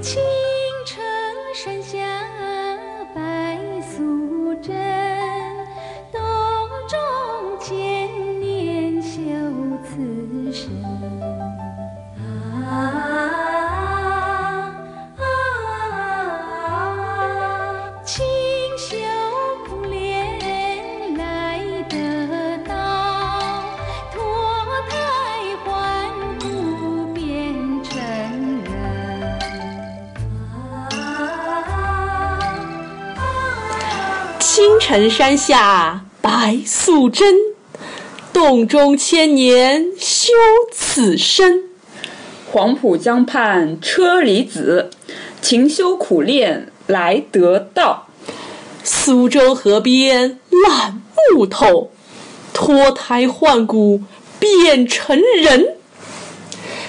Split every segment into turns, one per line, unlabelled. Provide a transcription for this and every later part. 青城山下白素贞，洞中千年修此身。啊啊啊！清修苦练来得道，脱胎换骨变成人。啊啊！
青城山下白素贞，洞中千年修此身。
黄浦江畔车厘子，勤修苦练来得道。
苏州河边烂木头，脱胎换骨变成人。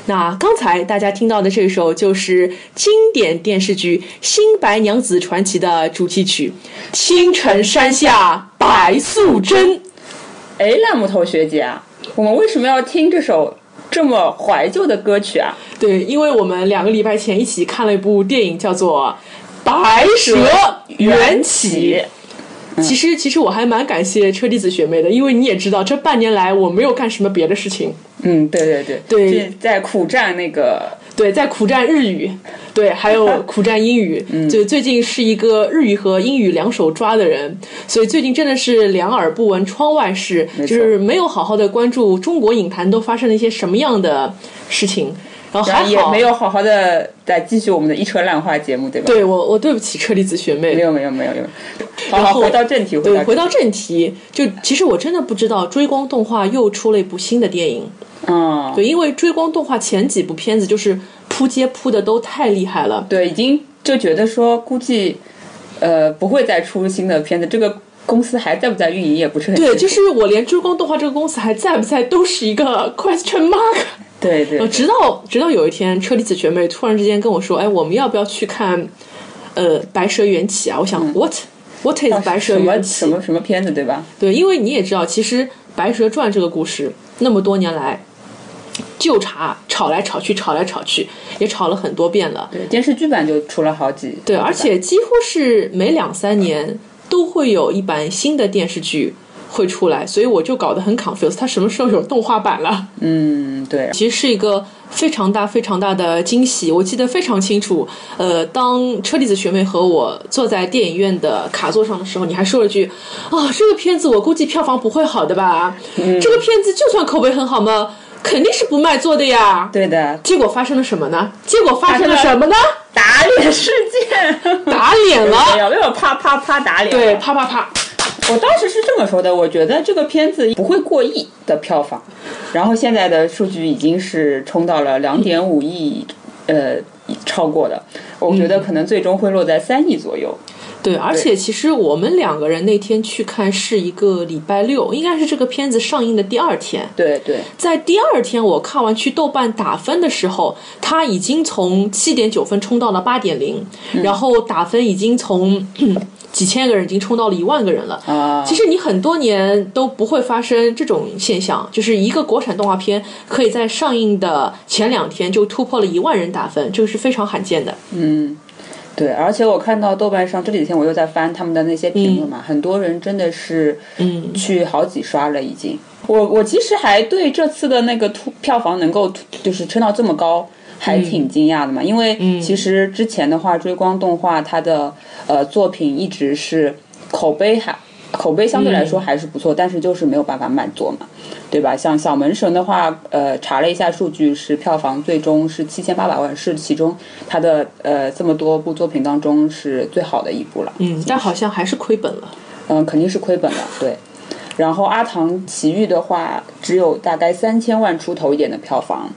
那刚才大家听到的这首就是经典电视剧《新白娘子传奇》的主题曲《青城山下白素贞》。
哎，烂木头学姐啊，我们为什么要听这首这么怀旧的歌曲啊？
对，因为我们两个礼拜前一起看了一部电影，叫做《白蛇缘起》。其实，其实我还蛮感谢车厘子学妹的，因为你也知道，这半年来我没有干什么别的事情。
嗯，对对对，
对
这在苦战那个
对，在苦战日语，对，还 有苦战英语。
嗯
就最近是一个日语和英语两手抓的人，所以最近真的是两耳不闻窗外事，
没
就
错
是没有好好的关注中国影坛都发生了一些什么样的事情。然后还
也
好，
没有好好的来继续我们的一车烂花节目，对吧？
对我，我对不起车厘子学妹。
没有没有没有没有。好
然
好，
后
回到正题，回
对，
到
回
回
到正题，就其实我真的不知道追光动画又出了一部新的电影。
嗯，
对，因为追光动画前几部片子就是扑街扑的都太厉害了。
对，已经就觉得说估计呃不会再出新的片子，这个公司还在不在运营也不是很
对，
清楚
就是我连追光动画这个公司还在不在都是一个 question mark。
对对
呃， 直到直到有一天，车厘子学妹突然之间跟我说：“哎，我们要不要去看呃《白蛇缘起》啊？”我想、what what is
啊
《白蛇
什么
缘起
什》？么什么片子对吧？
对，因为你也知道，其实《白蛇传》这个故事那么多年来。就查吵来吵去，吵来吵去，也吵了很多遍了。
对，电视剧版就出了好几。
对，
好几
而且几乎是每两三年都会有一版新的电视剧会出来，所以我就搞得很 confused，它什么时候有动画版了？
版嗯，对，
其实是一个非常大、非常大的惊喜。我记得非常清楚，呃，当车厘子学妹和我坐在电影院的卡座上的时候，你还说了句：“啊，这个片子我估计票房不会好的吧？这个片子就算口碑很好嘛，肯定是不卖座的呀。”
对的，
结果发生了什么呢？结果发生了什么呢？
打脸事件，
打脸
没
了！
有没有啪啪啪打脸。
对，，啪啪啪！
我当时是这么说的，我觉得这个片子不会过亿的票房，然后现在的数据已经是冲到了两点五亿，呃，超过了，我觉得可能最终会落在三亿左右。
对，而且其实我们两个人那天去看是一个礼拜六，应该是这个片子上映的第二天。
对对，
在第二天我看完去豆瓣打分的时候，它已经从七点九分冲到了八点零，然后打分已经从 几千个人已经冲到了一万个人了。
啊，
其实你很多年都不会发生这种现象，就是一个国产动画片可以在上映的前两天就突破了一万人打分，这个是非常罕见的。
对，而且我看到豆瓣上这几天我又在翻他们的那些评论嘛，很多人真的是，嗯，去好几刷了已经。我我其实还对这次的那个突票房能够突就是撑到这么高，还挺惊讶的嘛，因为其实之前的话，追光动画它的呃作品一直是口碑还。口碑相对来说还是不错，但是就是没有办法满座嘛，对吧？像小门神的话，呃，查了一下数据，是票房最终是七千八百万，是其中它的呃这么多部作品当中是最好的一部了。
嗯，但好像还是亏本了。
嗯，肯定是亏本的，对。然后《阿唐奇遇》的话，只有大概三千万出头一点的票房。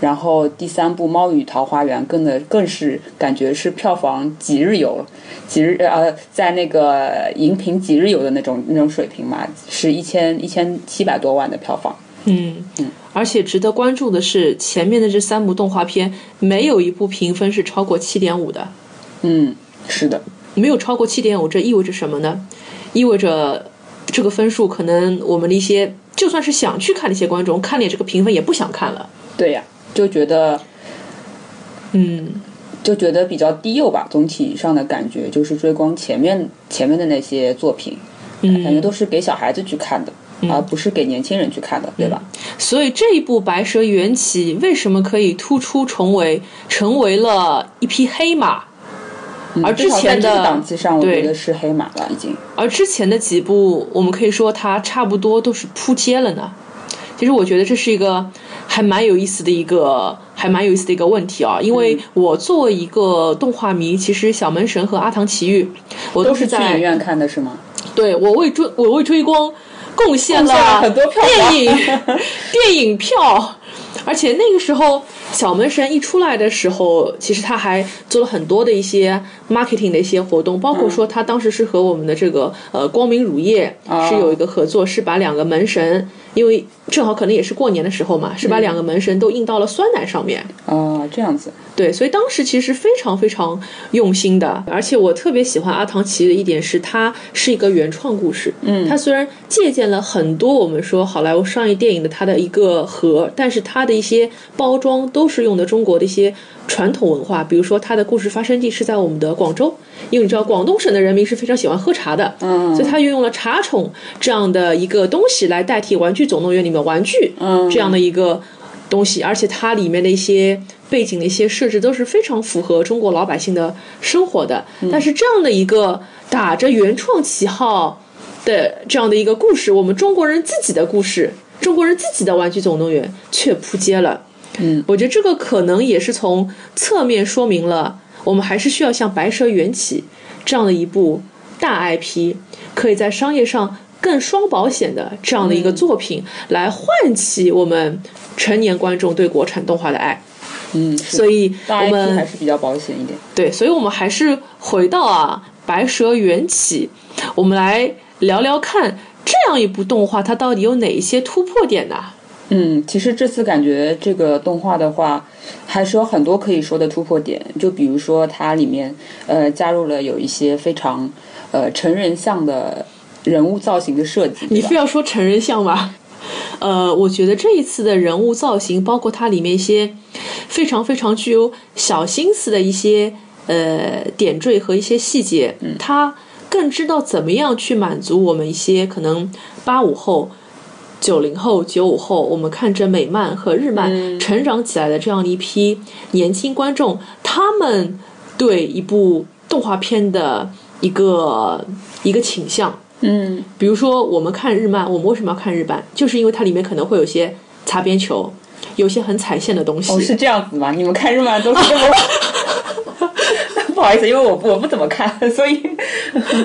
然后第三部《猫与桃花源》更的更是感觉是票房几日游，几日呃，在那个荧屏几日游的那种那种水平嘛，是一千一千七百多万的票房。
嗯，而且值得关注的是，前面的这三部动画片没有一部评分是超过七点五的，
嗯，是的，
没有超过七点五，这意味着什么呢？意味着这个分数可能我们的一些就算是想去看的一些观众，看了这个评分也不想看了。
对呀、就觉得
嗯，
就觉得比较低幼吧，总体上的感觉就是追光前面前面的那些作品，
嗯
感觉都是给小孩子去看的，而不是给年轻人去看的，对吧？
嗯
嗯
所以这一部《白蛇缘起》为什么可以突出重围，成为了一匹黑马？而之
至少在
前
这个
的
档期上，我
对
觉得是黑马了，已经。
而之前的几部，我们可以说它差不多都是扑街了呢。其实我觉得这是一个还蛮有意思的一个，还蛮有意思的一个问题啊。因
嗯
为我作为一个动画迷，其实《小门神》和《阿唐奇遇》，我
都
是
是去影
在
院看的是吗？
对我为追我为追光贡献
贡献了很多票房
电影电影 票，而且那个时候《小门神》一出来的时候，其实他还做了很多的一些 marketing 的一些活动，包括说他当时是和我们的这个呃光明乳业
啊
是有一个合作，是把两个门神，因为正好可能也是过年的时候嘛，是
嗯
把两个门神都印到了酸奶上面。
啊，这样子。
对，所以当时其实非常非常用心的，而且我特别喜欢阿唐奇的一点是，它是一个原创故事。嗯，它虽然借鉴了很多我们说好莱坞商业电影的它的一个核，但是它的一些包装都是用的中国的一些传统文化，比如说它的故事发生地是在我们的广州，因为你知道广东省的人民是非常喜欢喝茶的，嗯，所以它运用了茶宠这样的一个东西来代替《玩具总动员》里面玩具，嗯，这样的一个东西，而且它里面的一些背景的一些设置都是非常符合中国老百姓的生活的。但是这样的一个打着原创旗号的这样的一个故事，我们中国人自己的故事，中国人自己的《玩具总动员》却扑街了。
嗯，
我觉得这个可能也是从侧面说明了，我们还是需要像《白蛇缘起》这样的一部大 IP，可以在商业上更双保险的这样的
嗯
一个作品，来唤起我们成年观众对国产动画的爱。
嗯，是
所以
大
我
IP 还
们
是比较保险一点。
对，所以我们还是回到啊《白蛇缘起》，我们来聊聊看这样一部动画它到底有哪一些突破点呢、
嗯，其实这次感觉这个动画的话，还是有很多可以说的突破点。就比如说它里面呃加入了有一些非常呃成人向的人物造型的设计，
你
对吧
非要说成人像吗？ 呃，我觉得这一次的人物造型，包括它里面一些非常非常具有小心思的一些呃点缀和一些细节，它更知道怎么样去满足我们一些可能八五后、九零后、九五后，我们看着美漫和日漫
嗯
成长起来的这样一批年轻观众，他们对一部动画片的一个一个倾向。
嗯
比如说我们看日漫，我们为什么要看日漫？就是因为它里面可能会有些擦边球，有些很踩线的东西。
哦是这样子吗？你们看日漫都是 这么？不好意思，因为我不我不怎么看， 所以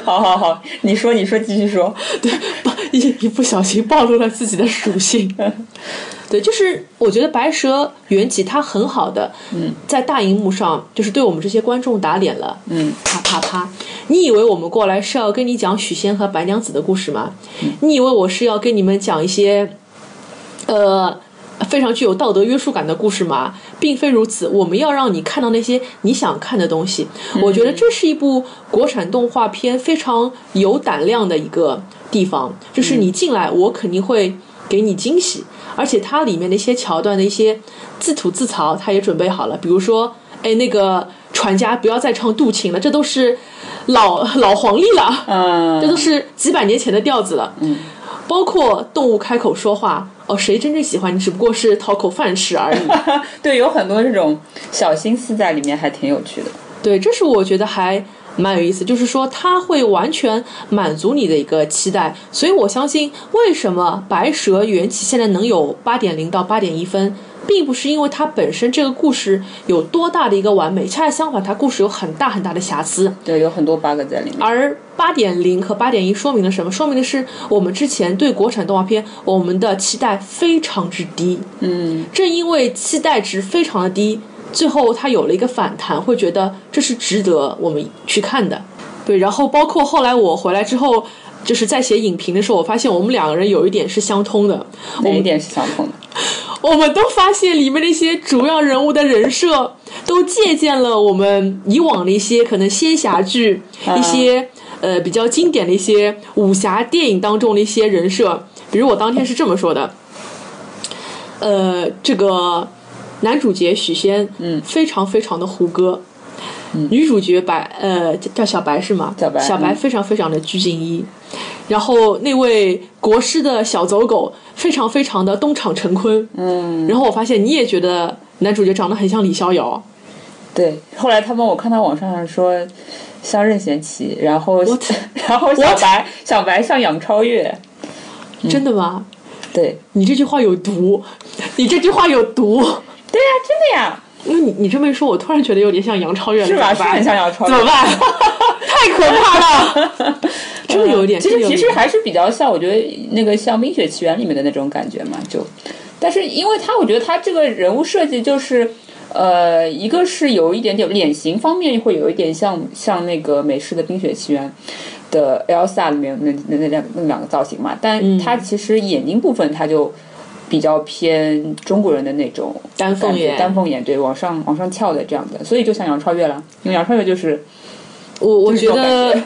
好好好，你说你说继续说，
对， 不一一不小心暴露了自己的属 性。对，就是我觉得《白蛇缘起》它很好的，嗯，在大荧幕上就是对我们这些观众打脸了，
嗯，
啪啪啪！你以为我们过来是要跟你讲许仙和白娘子的故事吗？你以为我是要跟你们讲一些，呃。非常具有道德约束感的故事吗？并非如此，我们要让你看到那些你想看的东西。我觉得这是一部国产动画片非常有胆量的一个地方，就是你进来，我肯定会给你惊喜。而且它里面的一些桥段的一些自吐自槽，他也准备好了。比如说，哎，那个船家不要再唱渡情了，这都是老老黄历了，
嗯，
这都是几百年前的调子了。嗯，包括动物开口说话，哦，谁真正喜欢你，只不过是讨口饭吃而已。
对，有很多这种小心思在里面，还挺有趣的。
对，这是我觉得还蛮有意思，就是说它会完全满足你的一个期待，所以我相信为什么《白蛇缘起》现在能有八点零到八点一分。并不是因为它本身这个故事有多大的一个完美，恰恰相反，它故事有很大很大的瑕疵。
对，有很多 bug 在里面。
而八点零和八点一说明了什么？说明的是我们之前对国产动画片我们的期待非常之低。
嗯，
正因为期待值非常的低，最后它有了一个反弹，会觉得这是值得我们去看的。对，然后包括后来我回来之后，就是在写影评的时候，我发现我们两个人有一点是相通的，
哪一点是相同的？
我们都发现里面那些主要人物的人设都借鉴了我们以往的一些可能仙侠剧、
嗯
一些呃比较经典的一些武侠电影当中的一些人设。比如我当天是这么说的，呃，这个男主角许仙，
嗯嗯
非常非常的胡歌。女主角白呃叫叫小白是吗？
小白嗯
非常非常的鞠婧祎，然后那位国师的小走狗非常非常的东厂成坤，嗯，然后我发现你也觉得男主角长得很像李逍遥，
对，后来他们我看到网上说像任贤齐，然后
What？
然后小白小白像杨超越，嗯
真的吗？
对
你这句话有毒， 你这句话有毒，
对呀、真的呀，
因为你你这么一说，我突然觉得有点像杨超越了，
是吧？
怎
是
么办
很像杨超
怎么
越。
办？太可怕了，真的有一点，
嗯呃其
真的有
实
一点
其实还是比较像，我觉得那个像《冰雪奇缘》里面的那种感觉嘛，就，但是因为他，我觉得他这个人物设计就是，呃，一个是有一点点脸型方面会有一点像像那个美式的《冰雪奇缘》的 Elsa 里面那那那两那两个造型嘛，但他其实眼睛部分他就比较偏中国人的那种
丹凤眼，
丹凤眼，对，往上往上翘的这样的，所以就像杨超越了，因为杨超越就是
我我
就是
觉
这种
得
感，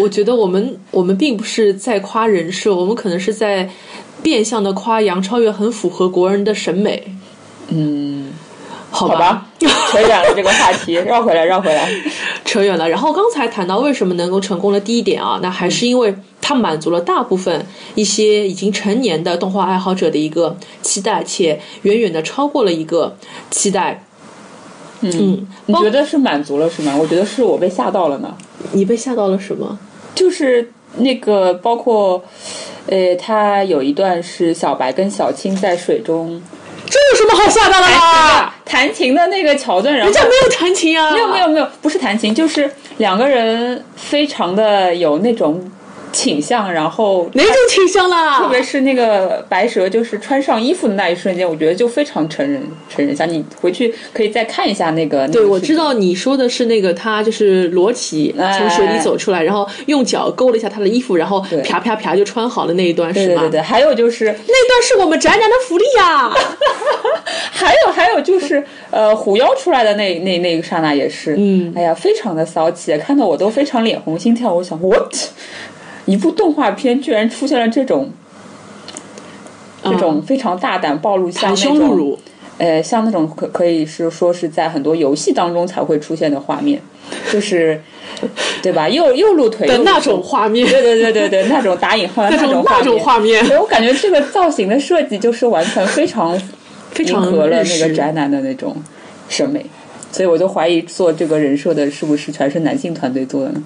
我觉得我们我们并不是在夸人设，我们可能是在变相的夸杨超越很符合国人的审美，
嗯。
好吧？
好 吧，扯远了这个话题，绕回来，绕回来。
扯远了。然后刚才谈到为什么能够成功的第一点啊，那还是因为它满足了大部分一些已经成年的动画爱好者的一个期待，且远远的超过了一个期待。嗯，
你
包
觉得是满足了是吗？我觉得是我被吓到了呢。
你被吓到了什么？
就是那个包括，呃，他有一段是小白跟小青在水中
这有什么好哎吓到的啦？
弹琴的啊那个桥段，然后
人家没有弹琴啊，
没有没有没有，不是弹琴，就是两个人非常的有那种倾向，然后
哪种倾向啦？
特别是那个白蛇，就是穿上衣服的那一瞬间，我觉得就非常成人成人像。你回去可以再看一下那个。
对，我知。道你说的是那个，他就是裸体
哎
从水里走出来，然后用脚勾了一下他的衣服，然后
对
啪啪啪就穿好了那一段，
对
是
对
吗？
对对，还有就是，
那段是我们宅男的福利呀、
还有还有就是，呃，狐妖出来的那那那一刹那也是，
嗯
哎呀，非常的骚气，看到我都非常脸红心跳。我想，what？一部动画片居然出现了这种 这种非常大胆暴露
嗯
像
袒
那
胸
种，
露乳，
呃，像那种可可以是说是在很多游戏当中才会出现的画面，就是，对吧？又又露腿
的
又露
那
手
种画面
对对对对对，那种打引号的
那种
种哎
那种画面
对我感觉这个造型的设计就是完全非常
非
迎
常
合了
日
那个
式
宅男的那种审美，所以我就怀疑做这个人设的是不是全是男性团队做的呢？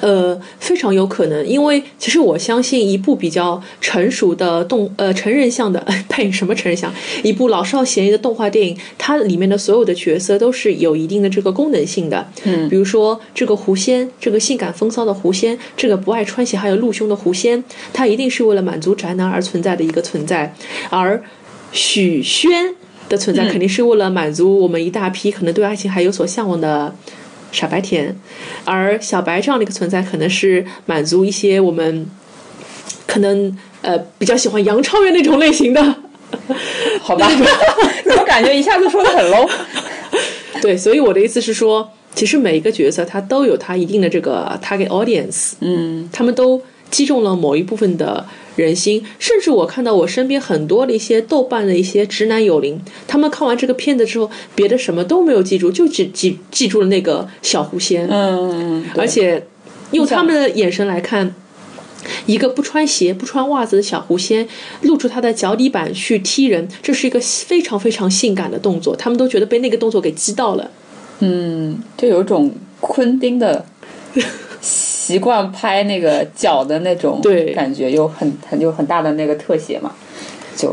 呃，非常有可能，因为其实我相信一部比较成熟的动呃成人向的呸什么成人向，一部老少咸宜的动画电影，它里面的所有的角色都是有一定的这个功能性的。嗯，比如说这个狐仙，这个性感风骚的狐仙，这个不爱穿鞋还有露胸的狐仙，它一定是为了满足宅男而存在的一个存在，而许宣。的存在肯定是为了满足我们一大批可能对爱情还有所向往的傻白甜，而小白这样的一个存在，可能是满足一些我们可能呃比较喜欢杨超越那种类型的。
好吧，怎么感觉一下子说的很 low？
对，所以我的意思是说，其实每一个角色他都有他一定的这个 target audience，
嗯，
他们都击中了某一部分的人心，甚至我看到我身边很多的一些豆瓣的一些直男友邻，他们看完这个片子之后，别的什么都没有记住，就只记记住了那个小狐仙，
嗯，
而
而
且用
像
他们的眼神来看，一个不穿鞋、不穿袜子的小狐仙露出他的脚底板去踢人，这是一个非常非常性感的动作，他们都觉得被那个动作给击到了。
就有一种昆汀的习惯拍那个脚的那种
对
感觉，有很很有很大的那个特写嘛，就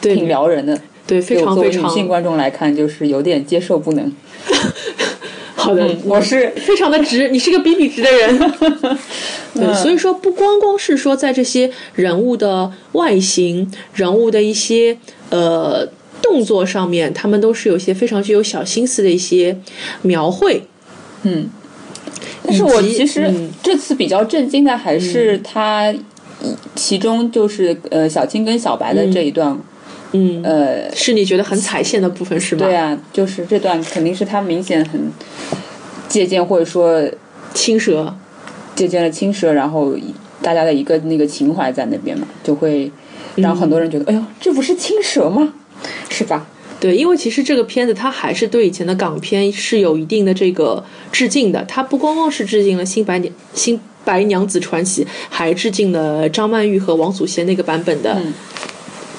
挺
对
撩人的。
对，非
对我
常
作为
非
女性
常
观众来看，就是有点接受不能。
好的，
嗯 我是
非常的直，你是个比你直的 人。
嗯
对，所以说不光光是说在这些人物的外形、人物的一些呃动作上面，他们都是有一些非常具有小心思的一些描绘。
嗯但是我
以及
其实
嗯
这次比较震惊的还是他，嗯其中就是呃小青跟小白的这一段，
嗯，
呃，
是你觉得很踩线的部分是吗？
对啊，就是这段肯定是他明显很借鉴或者说
青蛇，
借鉴了青蛇，然后大家的一个那个情怀在那边嘛，就会让很多人觉得，哎呦，这不是青蛇吗？是吧？
对，因为其实这个片子它还是对以前的港片是有一定的这个致敬的，它不光光是致敬了《新白娘新白娘子传奇》，还致敬了张曼玉和王祖贤那个版本的
嗯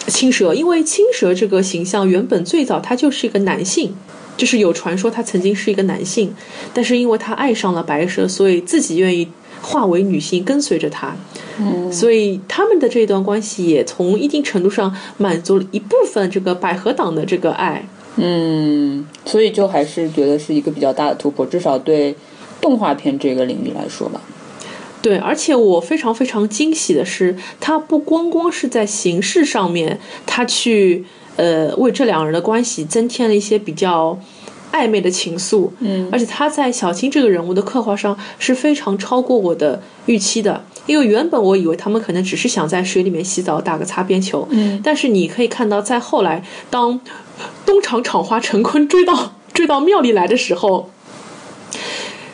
青蛇，因为青蛇这个形象原本最早他就是一个男性。就是有传说他曾经是一个男性，但是因为他爱上了白蛇，所以自己愿意化为女性跟随着他。
嗯，
所以他们的这段关系也从一定程度上满足了一部分这个百合党的这个爱。
嗯，所以就还是觉得是一个比较大的突破，至少对动画片这个领域来说吧。
对，而且我非常非常惊喜的是，他不光光是在形式上面，他去呃为这两人的关系增添了一些比较暧昧的情愫，
嗯
而且他在小青这个人物的刻画上是非常超过我的预期的，因为原本我以为他们可能只是想在水里面洗澡打个擦边球，
嗯
但是你可以看到，在后来当东厂厂花陈坤追到追到庙里来的时候。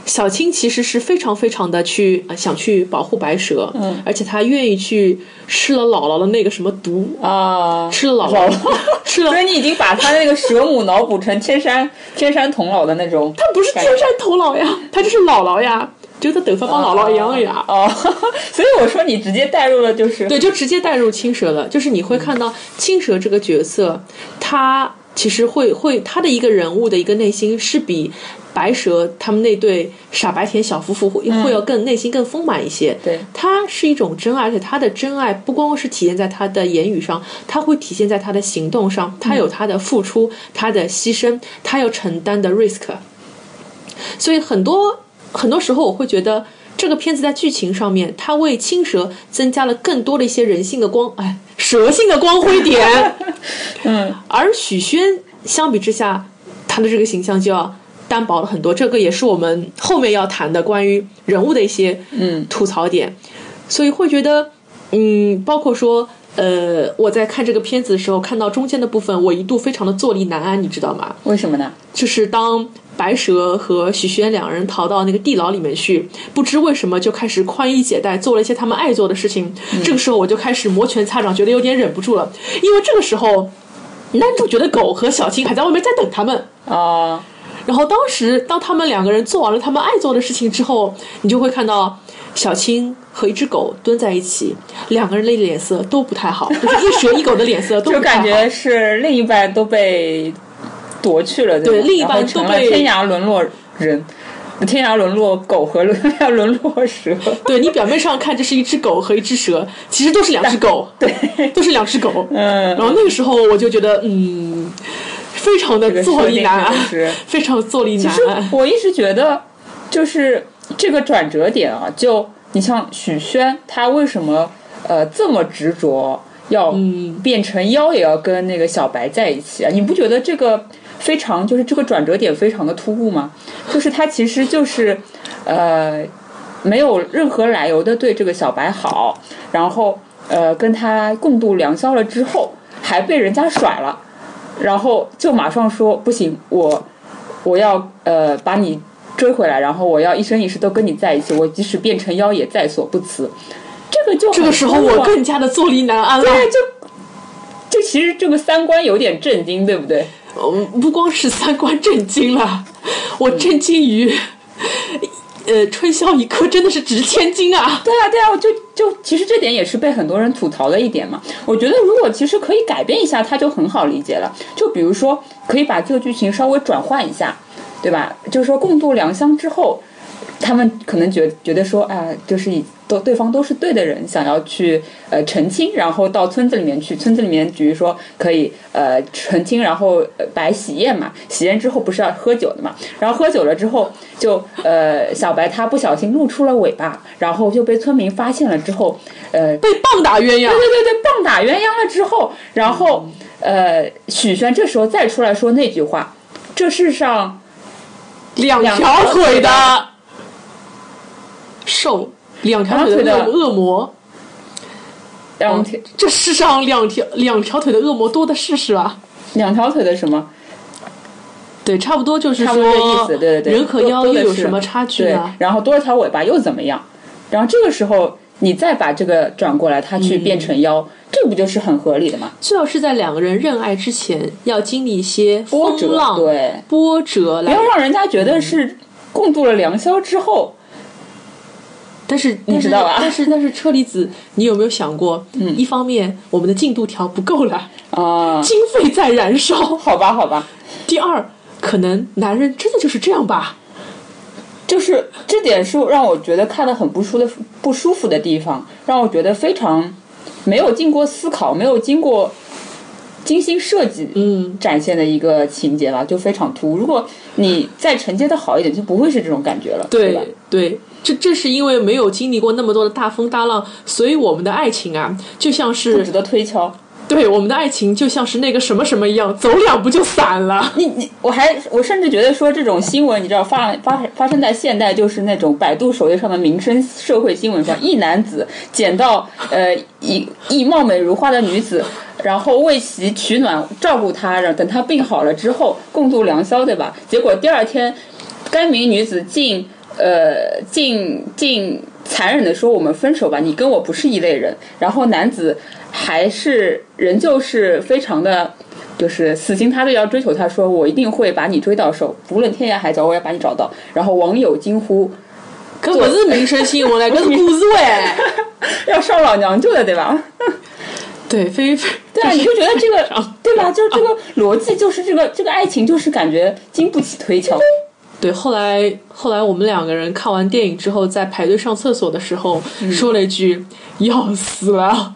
小青其实是非常非常的去、呃、想去保护白蛇，
嗯
而且她愿意去吃了姥姥的那个什么毒，
啊，
吃了姥
老
姥
了，
吃了
所以你已经把他那个蛇母脑补成天山天山童姥的那种感觉。
她不是天山童姥呀，她就是姥姥呀，觉得等发帮姥姥一样呀。
哦， 所以我说你直接带入了，就是
对，就直接带入青蛇了。就是你会看到青蛇这个角色，他其实会会他的一个人物的一个内心是比白蛇他们那对傻白甜小夫妇会会要更内心更丰满一些。
对
他是一种真爱，而且他的真爱不光是体现在他的言语上，他会体现在他的行动上。他有他的付出，他的牺牲，他要承担的 risk。所以很多很多时候我会觉得。这个片子在剧情上面，它为青蛇增加了更多的一些人性的光，哎，蛇性的光辉点。
嗯，
而许宣相比之下，他的这个形象就要单薄了很多。这个也是我们后面要谈的关于人物的一些
嗯
吐槽点，所以会觉得，嗯，包括说。呃，我在看这个片子的时候，看到中间的部分，我一度非常的坐立难安，你知道吗？
为什么呢？
就是当白蛇和许宣两人逃到那个地牢里面去，不知为什么就开始宽衣解带，做了一些他们爱做的事情。这个时候我就开始摩拳擦掌，觉得有点忍不住了，因为这个时候男主角的狗和小青还在外面在等他们。
啊，
然后当时当他们两个人做完了他们爱做的事情之后，你就会看到小青和一只狗蹲在一起，两个人的脸色都不太好，就是一蛇一狗的脸色都
就
不太好。
感觉是另一半都被夺去了，对
对
吧
另一
然
半
后成
都
了
被
天涯沦落人，天涯沦落狗和 沦沦落蛇。
对你表面上看这是一只狗和一只蛇，其实都是两只狗， 对，都是两只狗。
嗯
然后那个时候我就觉得，嗯，非常的坐立难安
这个设定真的是，
非常坐立
其
难
实
安。
我一直觉得，就是这个转折点啊，就你像许宣，他为什么呃这么执着要变成妖也要跟那个小白在一起啊？你不觉得这个非常就是这个转折点非常的突兀吗？就是他其实就是呃没有任何来由的对这个小白好，然后呃跟他共度良宵了之后，还被人家甩了。然后就马上说不行，我我要呃把你追回来，然后我要一生一世都跟你在一起，我即使变成妖也在所不辞。这个就
这个时候我
更
更加的坐立难安了。
对就就其实这个三观有点震惊，对不对？
嗯，不光是三观震惊了，我震惊于，呃，春宵一刻真的是值千金啊！
对啊，对啊，我就就其实这点也是被很多人吐槽的一点嘛。我觉得如果其实可以改变一下，它就很好理解了。就比如说，可以把这个剧情稍微转换一下，对吧？就是说共度良宵之后，他们可能觉觉得说，啊、就是以都对方都是对的人，想要去呃澄清，然后到村子里面去，村子里面比如说可以呃澄清，然后呃摆喜宴嘛，喜宴之后不是要喝酒的嘛，然后喝酒了之后就呃小白他不小心露出了尾巴，然后就被村民发现了之后，呃
被棒打鸳鸯，
对对对，棒打鸳鸯了之后，然后呃许宣这时候再出来说那句话，这世上。
两条腿的兽，两条腿的恶恶魔。
两条
这世上两条两条腿的恶魔多的是是吧？
两条腿的什么？
对，差不多就是
差
说
不多这意思，对对对。
人和妖
多
又
多的
有
是
什么差距
对
呢？
然后多了条尾巴又怎么样？然后这个时候你再把这个转过来，它去
嗯
变成妖，这不就是很合理的吗？
最好是在两个人认爱之前，要经历一些
波
风
折
浪、
对
波折
不
来嗯
要。让人家觉得是共度了良宵之后，
但是
你
但是
知道吧啊
但是但是车厘子，你有没有想过？嗯，一方面我们的进度条不够了，
啊、
经费在燃烧；
好吧，好吧，
第二，可能男人真的就是这样吧。
就是这点是让我觉得看得很不舒的不舒服的地方，让我觉得非常没有经过思考，没有经过精心设计，
嗯，
展现的一个情节吧，就非常突兀。如果你再承接的好一点，就不会是这种感觉了，对吧
对？对，这正是因为没有经历过那么多的大风大浪，所以我们的爱情啊，就像
不
是
值得推敲。
对我们的爱情就像是那个什么什么一样，走两步就散 了。
你你，我还我甚至觉得说这种新闻，你知道发发发生在现代，就是那种百度首页上的民生社会新闻上，一男子捡到呃一一貌美如花的女子，然后为其取暖，照顾她，然后等她病好了之后共度良宵，对吧？结果第二天，该名女子竟呃竟竟残忍的说我们分手吧，你跟我不是一类人。然后男子还是仍旧是非常的。就是死心塌地要追求她，说我一定会把你追到手，无论天涯海角，我要把你找到。然后网友惊呼
根本是民生新闻来， 跟故事哎。
要上老娘舅的，对吧？
对，非非
对啊，你就觉得这个
常
对吧？就是这个逻辑，就是这个这个爱情，就是感觉经不起推敲。
对。后来后来我们两个人看完电影之后，在排队上厕所的时候，说了一句：“要死了，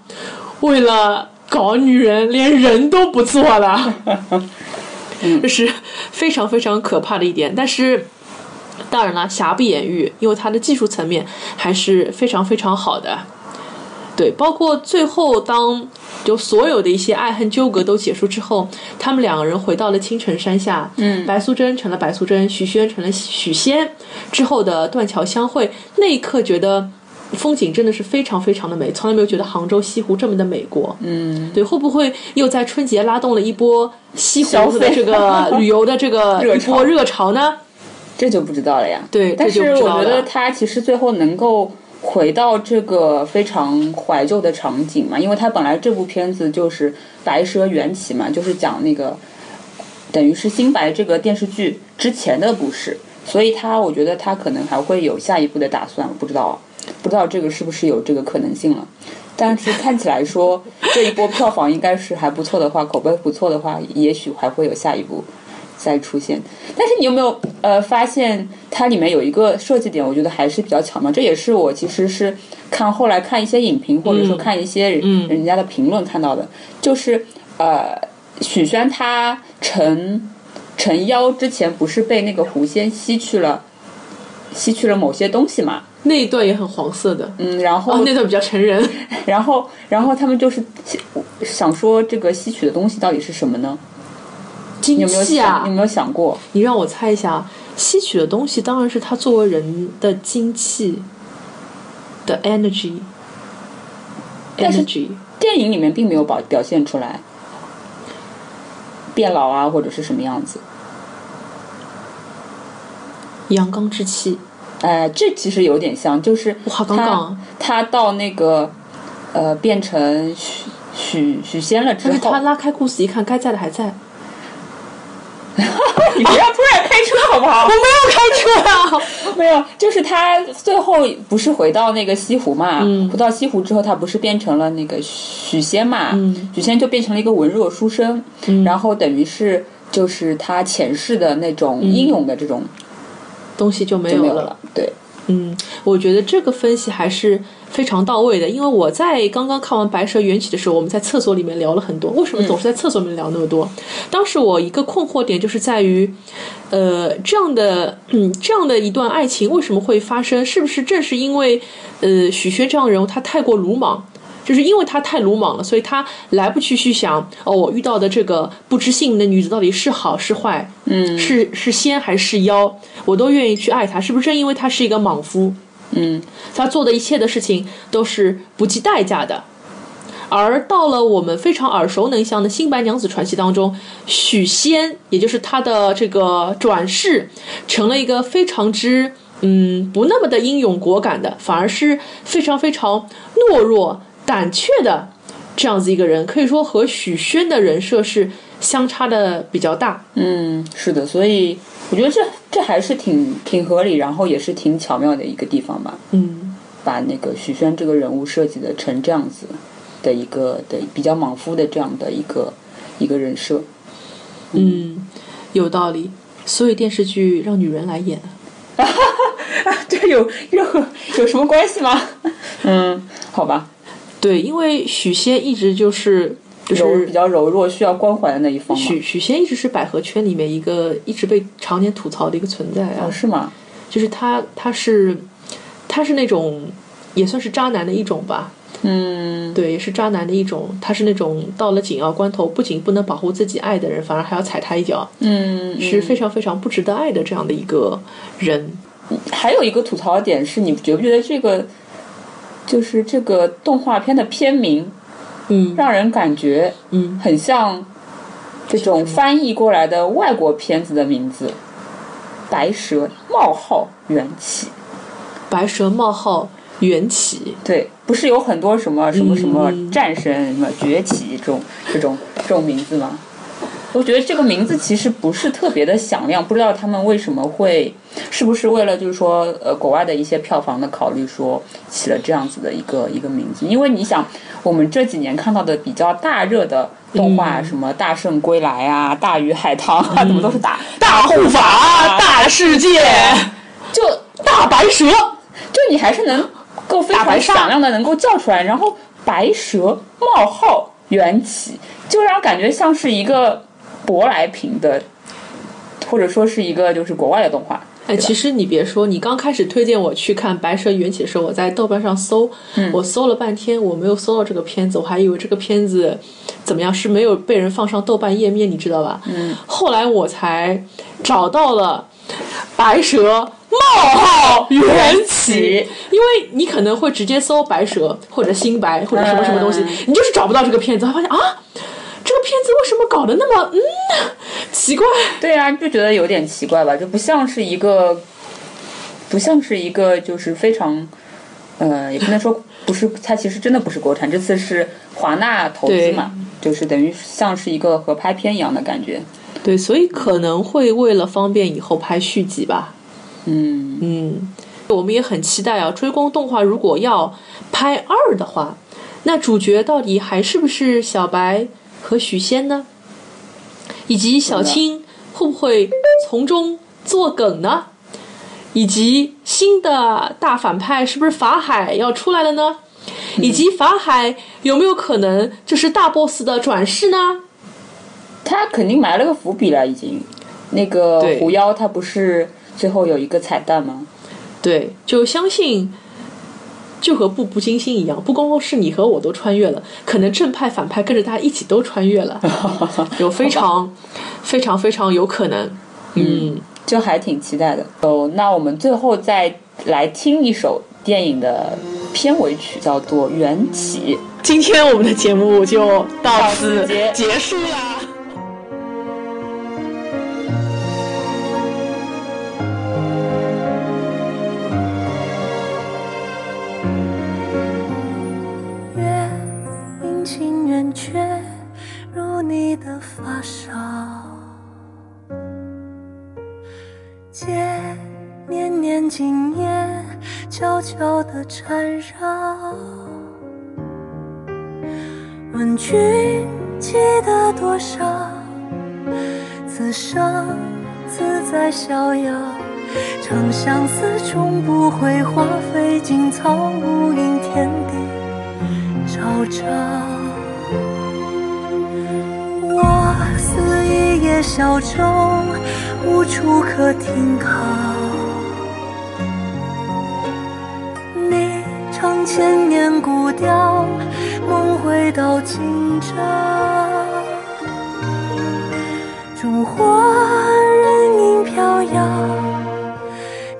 为了搞女人，连人都不做了。这是非常非常可怕的一点，但是。当然了，瑕不掩瑜，因为它的技术层面还是非常非常好的。对，包括最后当就所有的一些爱恨纠葛都结束之后，他们两个人回到了青城山下。嗯，白素贞成了白素贞，许仙成了许仙。之后的断桥相会，那一刻觉得风景真的是非常非常的美，从来没有觉得杭州西湖这么的美过。嗯，对，会不会又在春节拉动了一波西
消
湖
费
的这个旅游的这个
热
一
潮
波热潮呢？
这就不知道了呀。
对
但
这就是不知
我
道
觉得
了
他其实最后能够回到这个非常怀旧的场景嘛，因为他本来这部片子就是《白蛇缘起》嘛，就是讲那个等于是《新白》这个电视剧之前的故事，所以他我觉得他可能还会有下一步的打算，我不知道啊，不知道这个是不是有这个可能性了。但是看起来说这一波票房应该是还不错的话，口碑不错的话，也许还会有下一部再出现。但是你有没有呃发现它里面有一个设计点，我觉得还是比较巧妙。这也是我其实是看后来看一些影评，或者
嗯
说看一些人,、人家的评论看到的，就是呃许宣他成成妖之前不是被那个狐仙吸去了吸去了某些东西嘛？
那一段也很黄色的，
嗯，哦然后、
哦，那段比较成人。
然后，然后他们就是想说这个吸取的东西到底是什么呢？你
精
有没嗯有
细
想、
啊
你！有没有想过？
你让我猜一下，吸取的东西当然是他作为人的精气的 energy。
但是
energy，
电影里面并没有表表现出来变老啊，或者是什么样子。
阳刚之气，
呃，这其实有点像，就是
哇
他
刚刚啊
他到那个呃变成许许许仙了之
但是
后
他，拉开故事一看，该在的还在。我
你不要突然开车好不好？
没有开车啊！
没有，就是他最后不是回到那个西湖嘛？
嗯
回到西湖之后，他不是变成了那个许仙嘛？
嗯
许仙就变成了一个文弱书生，然后等于是就是他前世的那种
嗯
英勇的这种
东西就没
就
有
没有
了。
了。对，
嗯，我觉得这个分析还是非常到位的，因为我在刚刚看完《白蛇缘起》的时候，我们在厕所里面聊了很多。为什么总是在厕所里面聊那么多？当时我一个困惑点就是在于，呃，这样的嗯这样的一段爱情为什么会发生？是不是正是因为呃许宣这样的人物他太过鲁莽？就是因为他太鲁莽了，所以他来不及去想哦，我遇到的这个不知姓名的女子到底是好是坏，嗯，是是仙还是妖，我都愿意去爱她。是不是正因为他是一个莽夫，
嗯，
他做的一切的事情都是不计代价的。而到了我们非常耳熟能详的《新白娘子传奇》当中，许仙也就是他的这个转世，成了一个非常之嗯，不那么的英勇果敢的，反而是非常非常懦弱、胆怯的这样子一个人，可以说和许宣的人设是相差的比较大。
嗯，是的，所以我觉得这这还是挺挺合理，然后也是挺巧妙的一个地方吧，
嗯，
把那个许宣这个人物设计的成这样子的一个的比较莽夫的这样的一个一个人设，
嗯，有道理。所以电视剧让女人来演，
这有任何有什么关系吗？ 嗯，好吧，
对，因为许仙一直就是就
柔比
是
较柔弱，需要关怀的那一方嘛，
许许仙一直是百合圈里面一个一直被常年吐槽的一个存在啊
哦，，是吗？
就是他他是他是那种也算是渣男的一种吧，
嗯，
对，也是渣男的一种。他是那种到了紧要关头，不仅不能保护自己爱的人，反而还要踩他一脚，
嗯，
是非常非常不值得爱的这样的一个人。
还有一个吐槽点是，你觉不觉得这个就是这个动画片的片名
嗯
让人感觉
嗯，
很像这种翻译过来的外国片子的名字，《白蛇冒号缘起》。
白蛇冒号缘起，
对，不是有很多什么什么什么
嗯
战神、什么崛起这种这种这种名字吗？我觉得这个名字其实不是特别的响亮，不知道他们为什么会，是不是为了就是说，呃，国外的一些票房的考虑，说起了这样子的一个一个名字。因为你想，我们这几年看到的比较大热的动画，什么《大圣归来》啊，《大鱼海棠》啊，怎么都是大
嗯大护法，啊大世界，
就
大白蛇。
就你还是能够非
大白
常
鲨
响亮的能够叫出来，然后白蛇冒号缘起，就让感觉像是一个舶来品的，或者说是一个就是国外的动画。
哎，其实你别说，你刚开始推荐我去看《白蛇缘起》的时候，我在豆瓣上搜，
嗯
我搜了半天，我没有搜到这个片子，我还以为这个片子怎么样是没有被人放上豆瓣页面，你知道吧？嗯。后来我才找到了《白蛇冒号缘起》，
嗯
因为你可能会直接搜“白蛇”或者“新白”或者什么什么东西，
嗯
你就是找不到这个片子，发现啊。这个片子为什么搞得那么嗯奇怪？
对啊，就觉得有点奇怪吧，就不像是一个，不像是一个就是非常，呃，也不能说不是，它其实真的不是国产，这次是华纳投资嘛，就是等于像是一个合拍片一样的感觉。
对，所以可能会为了方便以后拍续集吧。
嗯
嗯，我们也很期待啊，追光动画如果要拍二的话，那主角到底还是不是小白和许仙呢？以及小青会不会从中作梗呢？以及新的大反派是不是法海要出来了呢？以及法海有没有可能就是大 boss 的转世呢？
他肯定埋了个伏笔了，已经。那个
对
狐妖他不是最后有一个彩蛋吗？
对，就相信，就和步步惊心一样，不光光是你和我都穿越了，可能正派反派跟着大家一起都穿越 了，有非常、非常、非常有可能。嗯，
就还挺期待的。哦，那我们最后再来听一首电影的片尾曲，叫做《缘起》。
今天我们的节目就到此
到此结
结束啦。
月阴晴圆缺，如你的发梢。街年年今夜，悄悄地缠绕。问君记得多少？自生自在逍遥。长相思终不悔，花飞尽草无垠，天地朝朝。我似一叶小舟，无处可停靠。你唱千年古调，梦回到今朝。烛火人影飘摇。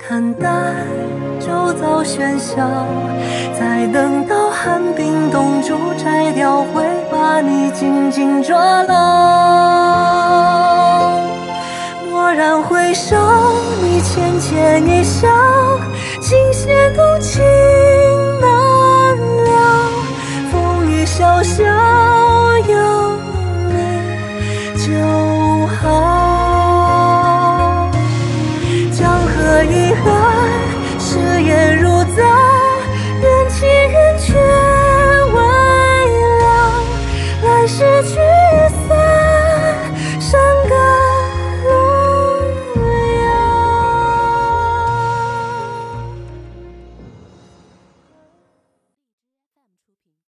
看淡周遭喧嚣，再等到寒冰冻住摘掉，会把你紧紧抓牢。我蓦然回首，你浅浅一笑，惊现动情难了。风雨潇潇，